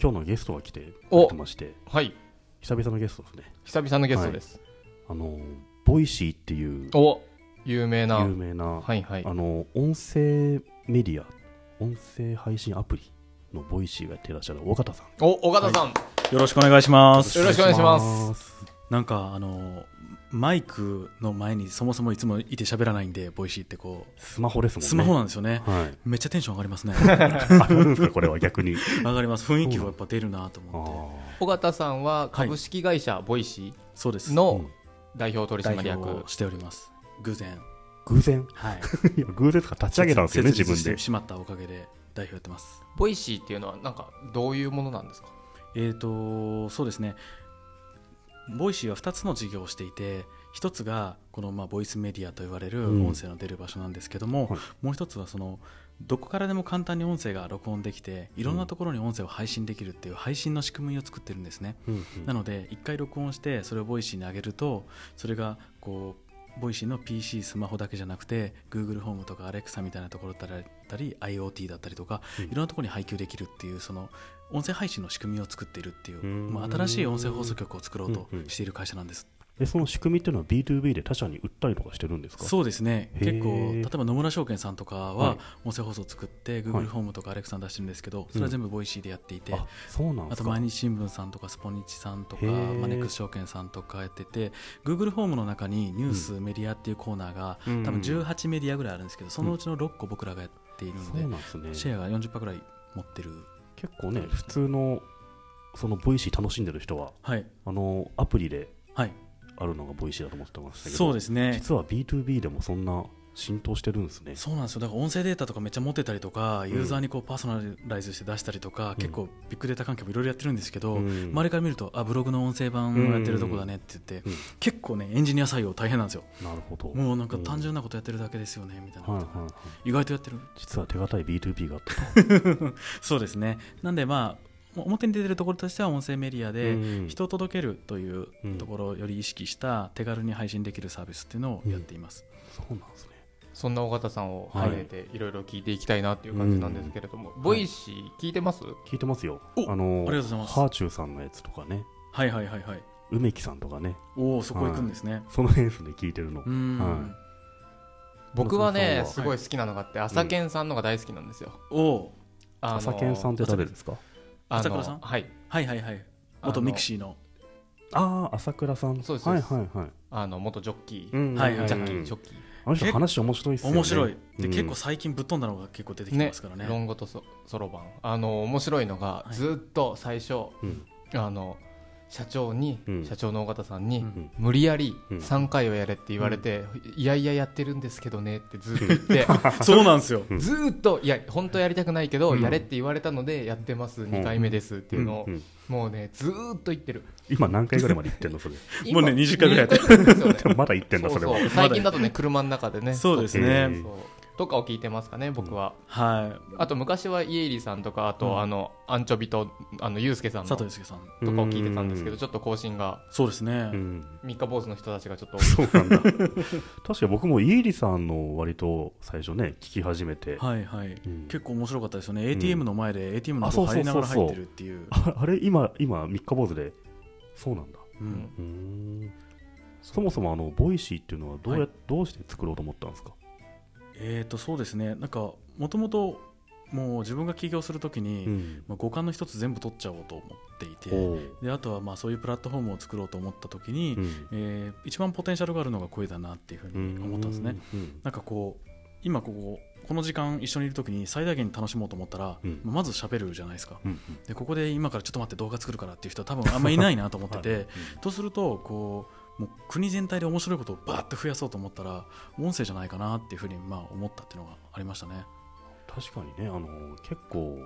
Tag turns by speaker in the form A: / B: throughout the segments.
A: 今日のゲストが来てくれ
B: お
A: てまして
B: はい
A: 久々のゲストですね
B: 久々のゲストです、
A: あのボイシーっていう
B: お有名な
A: 有名な、
B: はいはい
A: あの音声メディア音声配信アプリのボイシーがやってらっしゃる尾形さん
B: お尾形さん、
C: よろしくお願いします。
B: よろしくお願いします
A: す
C: なんかあのマイクの前にそもそもいつもいて喋らないんでボイシーってこ
A: スマホですも
C: うん
A: ね
C: スマホなんですよね。
A: はい
C: めっちゃテンション上が りますね。
A: あるんですかこれは逆 に
C: 上がります。雰囲気がやっぱ出るなと
A: あ
C: 思って。
B: 尾形さんは株式会社ボイシ
C: そうで
B: ー
C: す。
A: う
B: の
A: ん
B: 代表取
C: 代
B: 締
C: 表
B: 役、
C: をしております。偶然。
A: ー偶然
C: はい。
A: いや偶然ですか立ち上げたんですよね自
C: 設立
A: 分
C: して
A: で
C: しまったおかげで代表やってます。
B: ボイシーっていうのはなんかどういうものなんですか
C: えー、とそうですねボイシーは2つの事業をしていて1つがこのまあボイスメディアと言われる
A: うん
C: 音声の出る場所なんですけども、
A: はい
C: もう1つはそのどこからでも簡単に音声が録音できていろんなところに音声を配信できるっていう配信の仕組みを作ってるんですね、
A: うんうん
C: なので1回録音してそれをボイシーに上げるとそれがこうボイシーの PC スマホだけじゃなくて Google ホームとか Alexa みたいなところだったり IoT だったりとか
A: うん
C: いろんなところに配給できるっていうその音声配信の仕組みを作っているっていうう、
A: ん
C: まあ、新しい音声放送局を作ろうと
A: うんうん
C: している会社なんです、
A: えその仕組みっていうのは B2B で他社に売ったりとかしてるんですか
C: そうですね
A: へー
C: 結構例えば野村証券さんとか
A: はい
C: は音声放送を作って
A: はい
C: Google ホームとか Alexa 出してるんですけどそれは全部ボイシーでやっていて、
A: あそうなんで
C: あ
A: す
C: と
A: か
C: 毎日新聞さんとかスポニチさんとか
A: へー
C: マネックス証券さんとかやってて Google ホームの中にニュース、メディアっていうコーナーが
A: うん
C: 多分18メディアぐらいあるんですけどそのうちの6個僕らがやっているの
A: そう
C: で、
A: なんですね
C: シェアが40%ぐらい持ってる、
A: 結構ね普通のそのボイシー楽しんでる人は
C: はい
A: あのアプリで
C: はい、
A: あるのがボイシーだと思ってましたけど
C: そうですね
A: 実は B2B でもそんな浸透してるんですね
C: そうなんですよだから音声データとかめっちゃ持ってたりとかユーザーにこうパーソナライズして出したりとか、
A: ん
C: 結構ビッグデータ関係もいろいろやってるんですけど、
A: うん
C: 周りから見るとあブログの音声版をやってるとこだねって言って、
A: うんうん
C: 結構ねエンジニア採用大変なんですよ
A: なるほど
C: もうなんか単純なことやってるだけですよねみたいな
A: は
C: こ
A: い
C: と、
A: はいはい
C: 意外とやってる
A: 実は手堅い B2B があった
C: そうですねなんでまあ表に出てるところとしては音声メディアで、
A: うん
C: 人を届けるというところをより意識した手軽に配信できるサービスっていうのをやっています、
A: そうなんですね
B: そんな尾形さんを
A: はい
B: 含めていろいろ聞いていきたいなっていう感じなんですけれども、ボイシー聞いてます、
A: 聞いてますよ
C: お
A: あの
C: ありがとうございます
A: ハーチューさんのやつとかね
C: はいはいはいはい
A: 梅木さんとかね
C: おおそこ行くんですね、
A: その辺ですね聞いてるの
C: うーん、
A: は
B: 僕はね
A: 松
B: すごい好きなのがあって朝健さんのが大好きなんですよ、
C: おお
B: あの
A: 朝健さんって誰ですか
B: あの
C: 朝倉さん
B: はい
C: はいはいはい
B: あの
C: 元ミクシーの
A: ああ朝倉さん
B: そうです
A: はいはいはい
B: あの元ジョッキー、
A: うん
C: はいはい
B: ジャッキ
A: う
B: ー
A: ん
B: ジョッキー
A: あの人話面白いっすよね
C: 面白いで、
A: うん
C: 結構最近ぶっ飛んだのが結構出てきて
B: ね
C: ますからね
B: 論語とそそろばんあの面白いのが、
C: はい
B: ずっと最初
A: うん
B: あの社長に、
A: うん
B: 社長の尾形さんに、
C: うん
B: 無理やり
A: うん
B: 3回はやれって言われて、いやいややってるんですけどねってずっと言って
C: そうなんですよ
A: うん
B: ずーっといや本当やりたくないけど、
A: うん
B: やれって言われたのでやってます、2回目ですっていうのを、
A: うんうん
B: もうねずーっと言ってる
A: 今何回ぐらいまで行ってんのそ れ
C: もうね
B: 今
C: 20回ぐらいやって
B: 20回です
A: で
B: よ
A: も
B: ね
A: まだ行ってんだ
B: そ
A: そうれ
B: そ
A: は
B: う最近だとね車の中でね
C: そうです
A: へ
C: ね
A: ー
B: そうとかを聞いてますかね僕は、
C: は
B: あと昔は家入さんとかあと、
C: うん
B: あのアンチョビとあのユうスケさん
C: い
B: の
C: 佐
B: とかを
C: 藤祐介さん
B: 聞いてたんですけど
A: う
B: ちょっと更新が
C: そうですね、
A: うん
B: 三日坊主の人たちがちょっと
A: そうなんだ確か僕も家入さんの割と最初ね聞き始めて、
C: はいはい
A: うん
C: 結構面白かったですよね、
A: ん
C: ATM の前で ATM の
A: あ
C: と
A: そう
C: こ
A: そう
C: 入りながら入ってるっていう
A: ああれ今今三日坊主でそうなんだ
B: う
C: う
B: ん
C: ん
A: うーんそもそもあのボイシーっていうのはどうや、
C: はい
A: どうして作ろうと思ったんですか
C: えっ、とそうですねなんかもともともう自分が起業するときに、
A: ん
C: まあ、五感の一つ全部取っちゃおうと思っていて
A: おー
C: であとはまあそういうプラットフォームを作ろうと思ったときに、
A: うん
C: えー一番ポテンシャルがあるのが声だなっていうふうに思ったんですね。
A: うん
C: なんかこう今こここの時間一緒にいる時に最大限に楽しもうと思ったら、
A: うん
C: まあまず喋るじゃないですか
A: うん
C: でここで今からちょっと待って動画作るからっていう人は多分あんまりいないなと思って
A: はい
C: てとするとこうもう国全体で面白いことをバーッと増やそうと思ったら音声じゃないかなっていうふうにまあ思ったっていうのがありましたね。
A: 確かにねあの結構、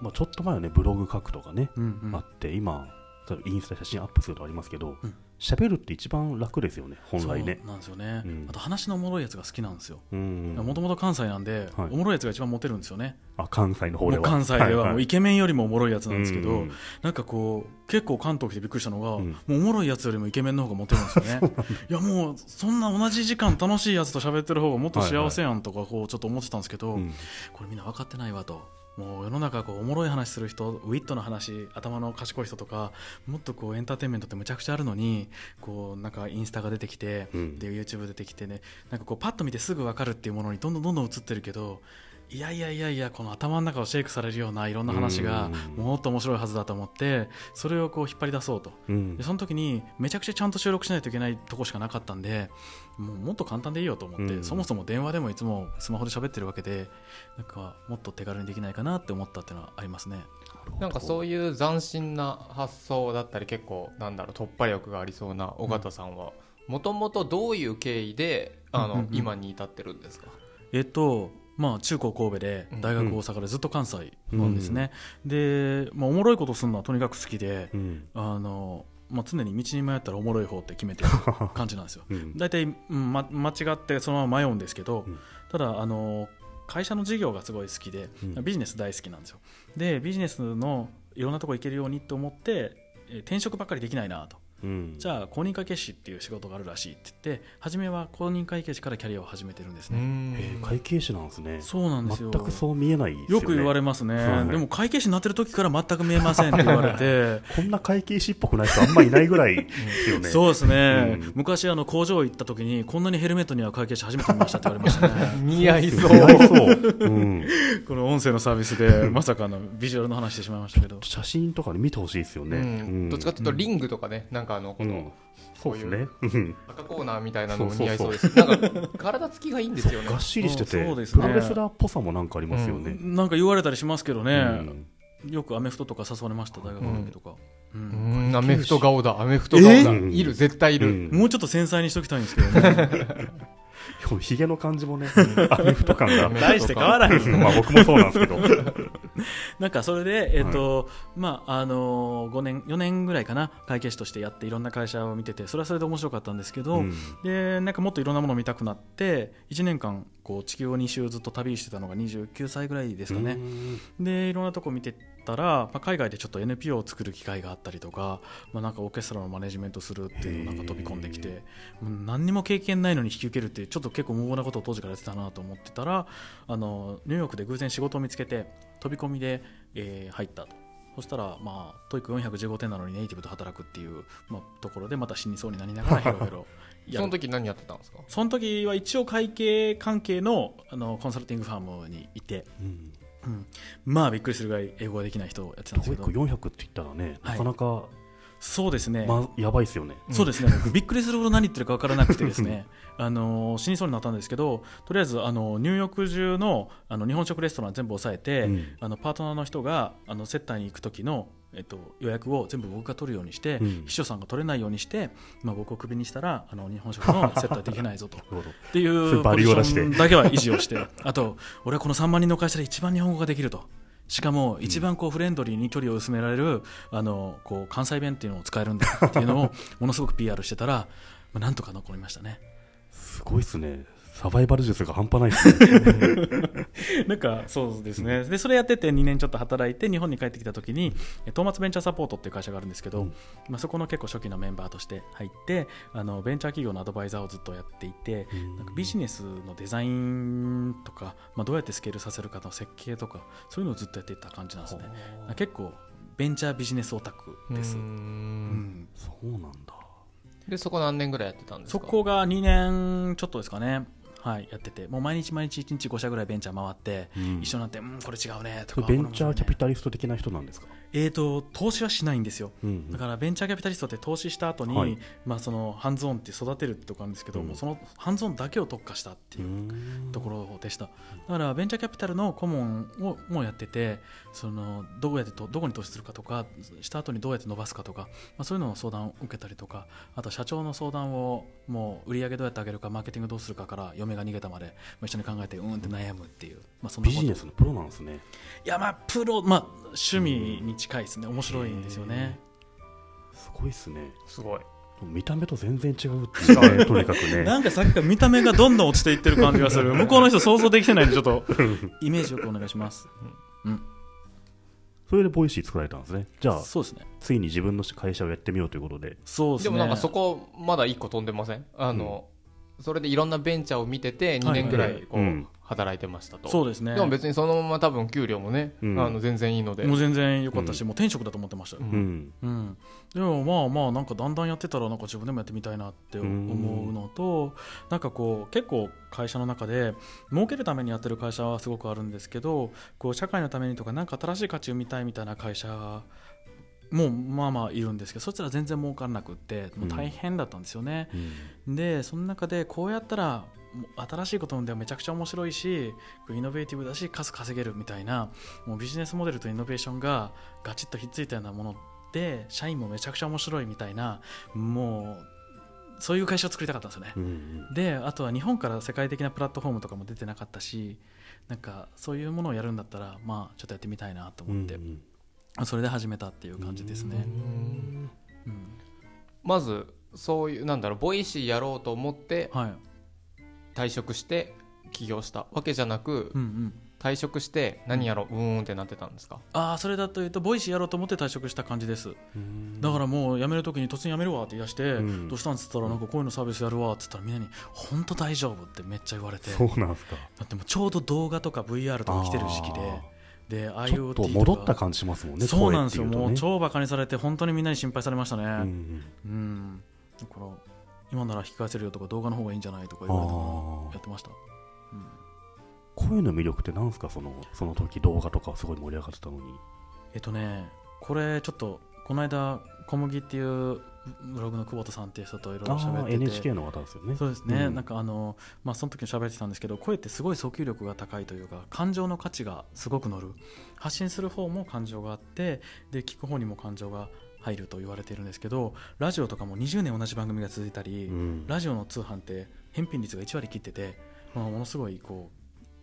A: まあ、ちょっと前はねブログ書くとかね、
C: うんうん
A: あって今例えばインスタで写真アップするとかありますけど
C: うん
A: 喋、るって一番楽ですよね本来ね
C: そうなんですよね、
A: うん
C: あと話のおもろいやつが好きなんですよも
A: も
C: ともと関西なんで、
A: はい
C: おもろいやつが一番モテるんですよね
A: あ関西の方で
C: も
A: は
C: う関西で
A: い
C: はもう
A: い
C: イケメンよりもおもろいやつなんですけど、
A: うん
C: なんかこう結構関東来てびっくりしたのが、
A: うん
C: もうおもろいやつよりもイケメンの方がモテる んですよねいやもうそんな同じ時間楽しいやつと喋ってる方がもっと幸せやんとかこうちょっと思ってたんですけど、
A: うん
C: これみんな分かってないわともう世の中こうおもろい話する人ウィットの話頭の賢い人とかもっとこうエンターテインメントってむちゃくちゃあるのにこうなんかインスタが出てきて、
A: うん
C: で YouTube 出てきてねなんかこうパッと見てすぐ分かるっていうものにどんどんどんどん映ってるけどいやいやいやいやこの頭の中をシェイクされるようないろんな話が
A: うん
C: もっと面白いはずだと思ってそれをこう引っ張り出そうと
A: うん
C: でその時にめちゃくちゃちゃんと収録しないといけないとこしかなかったんでもうもっと簡単でいいよと思って、
A: うん
C: そもそも電話でもいつもスマホで喋ってるわけでなんかもっと手軽にできないかなって思ったっていうのはありますね
B: なんかそういう斬新な発想だったり結構なんだろう突破力がありそうな尾形さんはもともとどういう経緯であ
C: うんう
B: の
C: んうん
B: 今に至ってるんですか
C: えっとまあ、中高神戸で
B: うん
C: 大学大阪でずっと関西なんですね、で、まあ、おもろいことするのはとにかく好きで
A: うん、
C: あの、まあ、常に道に迷ったらおもろい方って決めてる感じなんですよ
A: うん
C: 大体、 うんま、間違ってそのまま迷うんですけど、
A: うん
C: ただあの会社の事業がすごい好きで、
A: うん
C: ビジネス大好きなんですよでビジネスのいろんなとこ行けるようにと思ってえー転職ばっかりできないなと
A: うん、
C: じゃあ公認会計士っていう仕事があるらしいって言って初めは公認会計士からキャリアを始めてるんです
B: う
C: ね、
B: ん
A: えー会計士なんですね
C: そうなんですよ
A: 全くそう見えないですよ,、
C: よ
A: ね、
C: く言われますね、
A: はい
C: でも会計士になってる時から全く見えませんって言われて
A: こんな会計士っぽくない人あんまいないぐらいです よね
C: そうですね、
A: うん
C: 昔あの工場行った時にこんなにヘルメットには会計士初めて見ましたって言われましたね
B: 似合い
A: 似
B: そう
A: 合いそう、うん、
C: この音声のサービス でまさかのビジュアルの話してしまいましたけど
A: 写真とかで見てほしいですよね、
B: うんどっちかというと
C: うん
B: リングとかねなんかあのこ
A: うん
B: の
A: そうですねうん
B: 赤コーナーみたいなのも
A: そうそうそう
B: 似合いそうですなんか体つきがいいんです よね
A: がっしりしてて、
C: そうそうです
A: プ
C: ね
A: ロレスラーっぽさもなんかありますよね、
C: なんか言われたりしますけど
A: う
C: ね、
A: ん
C: よくアメフトとか誘われました大学の時とか、
B: う
C: うん
B: んアメフト顔だアメフト顔だ
A: え
B: いる絶対いる、
A: うん
C: もうちょっと繊細にしときたいんですけどね
A: ひげの感じもね、アメフト感 が、
C: 大して変わらんよ
A: まあ僕もそうなんですけど、
C: なんかそれで、えっとまああの5年4年ぐらいかな会計士としてやっていろんな会社を見ててそれはそれで面白かったんですけど、
A: うん
C: でなんかもっといろんなものを見たくなって1年間こう地球を2周ずっと旅してたのが29歳ぐらいですかね、でいろんなとこ見てたら、まあ、海外でちょっと NPO を作る機会があったりとか,、まあ、なんかオーケストラのマネジメントするっていうのをなんか飛び込んでき
A: へ
C: てもう何にも経験ないのに引き受けるっていうちょっと結構無謀なことを当時からやってたなと思ってたらあのニューヨークで偶然仕事を見つけて飛び込みで、えー入ったと。そしたら、まあ、トイック415点なのにネイティブと働くっていう、まあ、ところでまた死にそうになりな がらいろいろ
B: そ
C: やる
B: の時何やってたんですか
C: その時は一応会計関係のあのコンサルティングファームにいて、
A: うん
C: うん、まあびっくりするぐらい英語ができない人をやってたんです
A: トイ
C: け
A: ック
C: ど
A: 400って言ったらね、
C: は
A: な
C: い
A: かなか、
C: そうですね、
A: ま、やばいですよね。
C: そう ですね僕びっくりするほど何言ってるか分からなくてですねあの死にそうになったんですけどとりあえずあのニューヨーク中のあの日本食レストラン全部押さえて、
A: うん
C: あのパートナーの人があの接待に行く時の、えっと、予約を全部僕が取るようにして、
A: うん
C: 秘書さんが取れないようにして、まあ、僕をクビにしたらあの日本食の接待できないぞと。
A: なるほど
C: ってい
A: そういううバ
C: ポ
A: リ
C: ジ
A: ュ
C: シ
A: ーを出して
C: ョンだけは維持をして あと俺はこの3万人の会社で一番日本語ができるとしかも一番こうフレンドリーに距離を薄められる、あのこう関西弁っていうのを使えるんだっていうのをものすごく PR してたら、まあ、なんとか残りましたね
A: すごいですね。サバイバル術が半端ないですね。
C: なんかそうですねでそれやってて2年ちょっと働いて日本に帰ってきた時にえトーマツベンチャーサポートっていう会社があるんですけど、
A: うん
C: まあ、そこの結構初期のメンバーとして入ってあのベンチャー企業のアドバイザーをずっとやっていてなんかビジネスのデザインとか、まあ、どうやってスケールさせるかの設計とかそういうのをずっとやっていた感じなんですねなんか結構ベンチャービジネスオタクです、
B: うー
C: うん
B: ん
A: そうなんだ。
B: でそこ何年ぐらいやってたんです
C: そ
B: か
C: こが2年ちょっとですかねはいやっててもう毎日毎日1日5社ぐらいベンチャー回って、
A: うん
C: 一緒になってうんこれ違うねと
A: そ
C: か
A: れベンチャーキャピ
C: タ
A: タリスト的な人なんですか。
C: えーと投資はしないんですよ
A: うん
C: だからベンチャーキャピタリストって投資した後に、
A: はい
C: まあそのハンズオンって育てるってとこあるんですけど、
A: うん
C: もうそのハンズオンだけを特化したっていう
A: うん
C: ところでしただからベンチャーキャピタルの顧問をもうやっててそのどうやってとどこに投資するかとかした後にどうやって伸ばすかとか、まあ、そういうのの相談を受けたりとかあと社長の相談をもう売り上げどうやって上げるかマーケティングどうするかから嫁が逃げたまでまあ一緒に考えてうんって悩むっていう、まあ、そんな
A: ビ
C: こと
A: ジネスのプロなんですね。
C: いやまあプロ、まあ、趣味に近いですね面白いんですよね。
A: すごいですね。
B: すごい
A: 見た目と全然違うっていうね、 とにかく
C: な
A: ね。
C: んかさっきから見た目がどんどん落ちていってる感じがす る向こうの人想像できてないんでちょっとイメージよくお願いします
A: それでボイシー作られたんですね。じゃあ、
C: そうですね
A: ついに自分の会社をやってみようということで。
C: そうです
B: で
C: ね
B: もなんかそこまだ一個飛んでませんあの、それでいろんなベンチャーを見てて2年ぐらいこ
A: う
B: うん働いてましたと、
C: そうですね
B: でも別にそのまま多分給料もね、
A: うん
B: あの全然いいので、
C: もう全然良かったし、もう転職だと思ってました、
B: うん
A: うん
C: うん、でもまあまあなんかだんだんやってたらなんか自分でもやってみたいなって思うのとなんかこう結構会社の中で儲けるためにやってる会社はすごくあるんですけどこう社会のためにとかなんか新しい価値を生みたいみたいな会社もまあまあいるんですけどそしたら全然儲からなくってもう大変だったんですよね。
A: うん
C: でその中でこうやったらもう新しいことでもめちゃくちゃ面白いしこうイノベーティブだし数稼げるみたいなもうビジネスモデルとイノベーションがガチッとひっついたようなもので社員もめちゃくちゃ面白いみたいなもうそういう会社を作りたかったんですよね
A: う。ん
C: であとは日本から世界的なプラットフォームとかも出てなかったしなんかそういうものをやるんだったらまあちょっとやってみたいなと
A: う
C: 思っ
A: ん
C: て、それで始めたっていう感じですね。
B: うん
C: うん
B: まずそういうなんだろうボイシーやろうと思って
C: はい、
B: 退職して起業したわけじゃなく
C: うんうん
B: 退職して何やろううーんってなってたんですか
C: ああそれだというとボイシーやろうと思って退職した感じです
A: うん
C: だからもう辞める時に突然辞めるわって言い出して、
A: うん
C: どうしたんっつったらなんかこういうのサービスやるわっつったらみんなに「本当大丈夫」ってめっちゃ言われて
A: そうなんですか
C: だってもうちょうど動画とか VR とか来てる時期で
A: あ
C: で
A: ーちょ
C: IoT
A: っと
C: とか
A: 戻った感じしますもんね
C: そうなんですよ、
A: 声ってい
C: もう
A: とね
C: 超バカにされて本当にみんなに心配されましたね
A: う
C: うん、
A: ん
C: だから今なら引き返せるよとか動画の方がいいんじゃないとか
A: あ
C: 言われたから
A: ー
C: やってました、うん
A: 声の魅力ってなんですかそのその時動画とかすごい盛り上がってたのに
C: えっとねこれちょっとこの間小麦っていうブログの久保田さんっていう人といろいろ喋
A: あ
C: っ
A: あ
C: てて
A: NHK の方ですよね
C: そうですね、
A: うん
C: なんかあの、まあ、その時も喋ってたんですけど声ってすごい訴求力が高いというか感情の価値がすごく乗る発信する方も感情があってで聞く方にも感情が入ると言われているんですけどラジオとかも20年同じ番組が続いたり、
A: うん
C: ラジオの通販って返品率が1割切ってて、まあ、ものすごいこ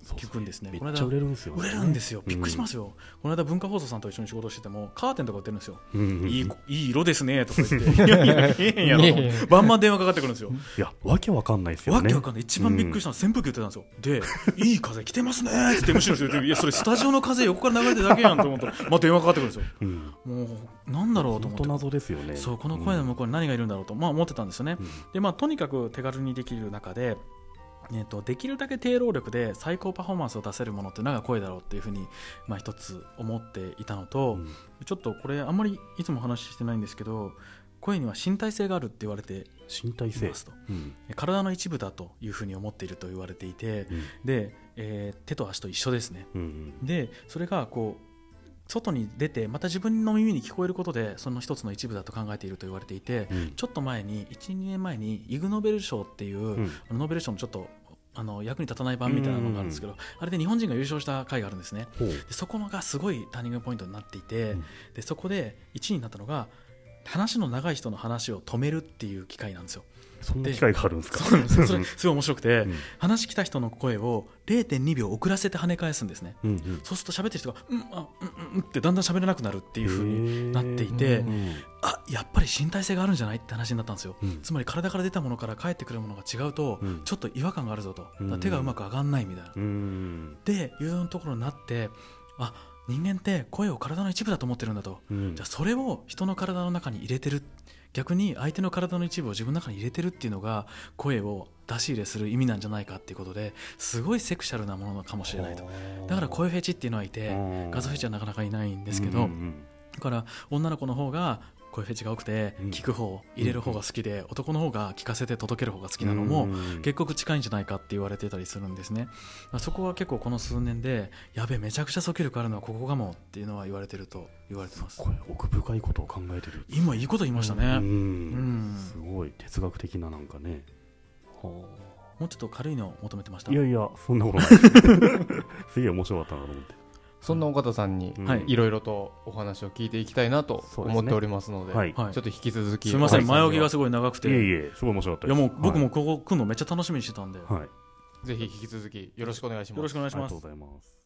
A: そう
C: 聞くんですね
A: め
C: この
A: っ
C: 間
A: ちゃ売れるんですよ
C: う売れるんですよびっくりしますよ、この間文化放送さんと一緒に仕事しててもカーテンとか売ってるんですよ、
A: うんうんうん
C: い
A: い
C: いいい色ですねとか言っていやいやいやいやいや
B: いやいや
C: バンバン電話かかってくるんですよ
A: やわけわかんないですよね
C: わけわかんない一番びっくりしたのは扇風機言ってたんですよ、でいい風来てますねーっつって MC の人言 っていやそれスタジオの風横から流れてるだけやんと思ったらまあ電話かかってくるんですよ
A: うん
C: もうなんだろうと
A: 本当
C: 思って
A: 謎ですよね
C: そうこの声の向こうに何がいるんだろうと、まあ、思ってたんですよね、
A: うん
C: でまあ、とにかく手軽にできる中で、えっとできるだけ低労力で最高パフォーマンスを出せるものっていうのが声だろうっていうふうに、まあ、一つ思っていたのと、
A: うん
C: ちょっとこれあんまりいつもお話ししてないんですけど声には身体性があるって言われてい
A: 身体性
C: ますと。
A: うん
C: 体の一部だというふうに思っていると言われていて
A: うん
C: で、えー手と足と一緒ですね
A: うん
C: でそれがこう外に出てまた自分の耳に聞こえることでその一つの一部だと考えていると言われていて
A: うんうん
C: ちょっと前に12年前にイグ・ノベル賞っていう、
A: うん
C: ノーベル賞のちょっとあの役に立たない版みたいなのがあるんですけど、あれで日本人が優勝した回があるんですね
A: ほう
C: でそこのがすごいターニングポイントになっていて、
A: うん
C: でそこで1位になったのが話の長い人の話を止めるっていう機会なんですよ
A: そんな機会があるんですか
C: そうなんで すよそれすごい面白くて、
A: うん
C: 話来た人の声を0.2秒遅らせて跳ね返すんですね
A: うんうん
C: そうすると喋ってる人が「うんあうんうんうん」ってだんだん喋れなくなるっていう風に
A: に
C: なっていて、
B: へー
C: あやっぱり身体性があるんじゃないって話になったんですよ
A: うん
C: つまり体から出たものから返ってくるものが違うと、
A: うん
C: ちょっと違和感があるぞとだから
A: うん
C: 手がうまく上がんないみたいな、
A: うん
C: でいうところになってあ人間って声を体の一部だと思ってるんだと
A: うん
C: じゃあそれを人の体の中に入れてる逆に相手の体の一部を自分の中に入れてるっていうのが声を出し入れする意味なんじゃないかっていうことですごいセクシャルなものかもしれないとだから声フェチっていうのはいて
A: うん
C: 画像フェチはなかなかいないんです
A: う
C: け
A: ん
C: ど
A: うん
C: だから女の子の方が声フェチが多くて
A: うん
C: 聞く方入れる方が好きで男の方が聞かせて届ける方が好きなの
A: う
C: も
A: ん
C: 結構近いんじゃないかって言われてたりするんですねまあそこは結構この数年でやべえめちゃくちゃ訴求力あるのはここかもっていうのは言われてると言われてます
A: これ奥深いことを考えてる
C: 今いいこと言いましたね、
A: う
C: うん
A: んすごい哲学的ななんかねはあ
C: もうちょっと軽いのを求めてました
A: いやいや、そんなことない です。すげえ面白かったなと思って。
B: そんな尾形さんに
A: うん
C: はい
B: いろいろとお話を聞いていきたいなと
A: そうですね
B: 思っておりますので
A: はい。
C: はい
B: ちょっと引き続き
C: すみません
B: 尾形さ
C: 前
B: には
C: 置きがすごい長くて
A: いえいえ、すごい面白かった
C: い
A: で
C: や
A: す。
C: もう僕も
A: は
C: ここ来るのめっちゃ楽しみにしてたんで、
A: い。はい。
B: ぜひ引き続きよろしくお願いします
C: よろしくお願
A: あ
C: い
A: り
C: し
A: が
C: ます
A: とうございます。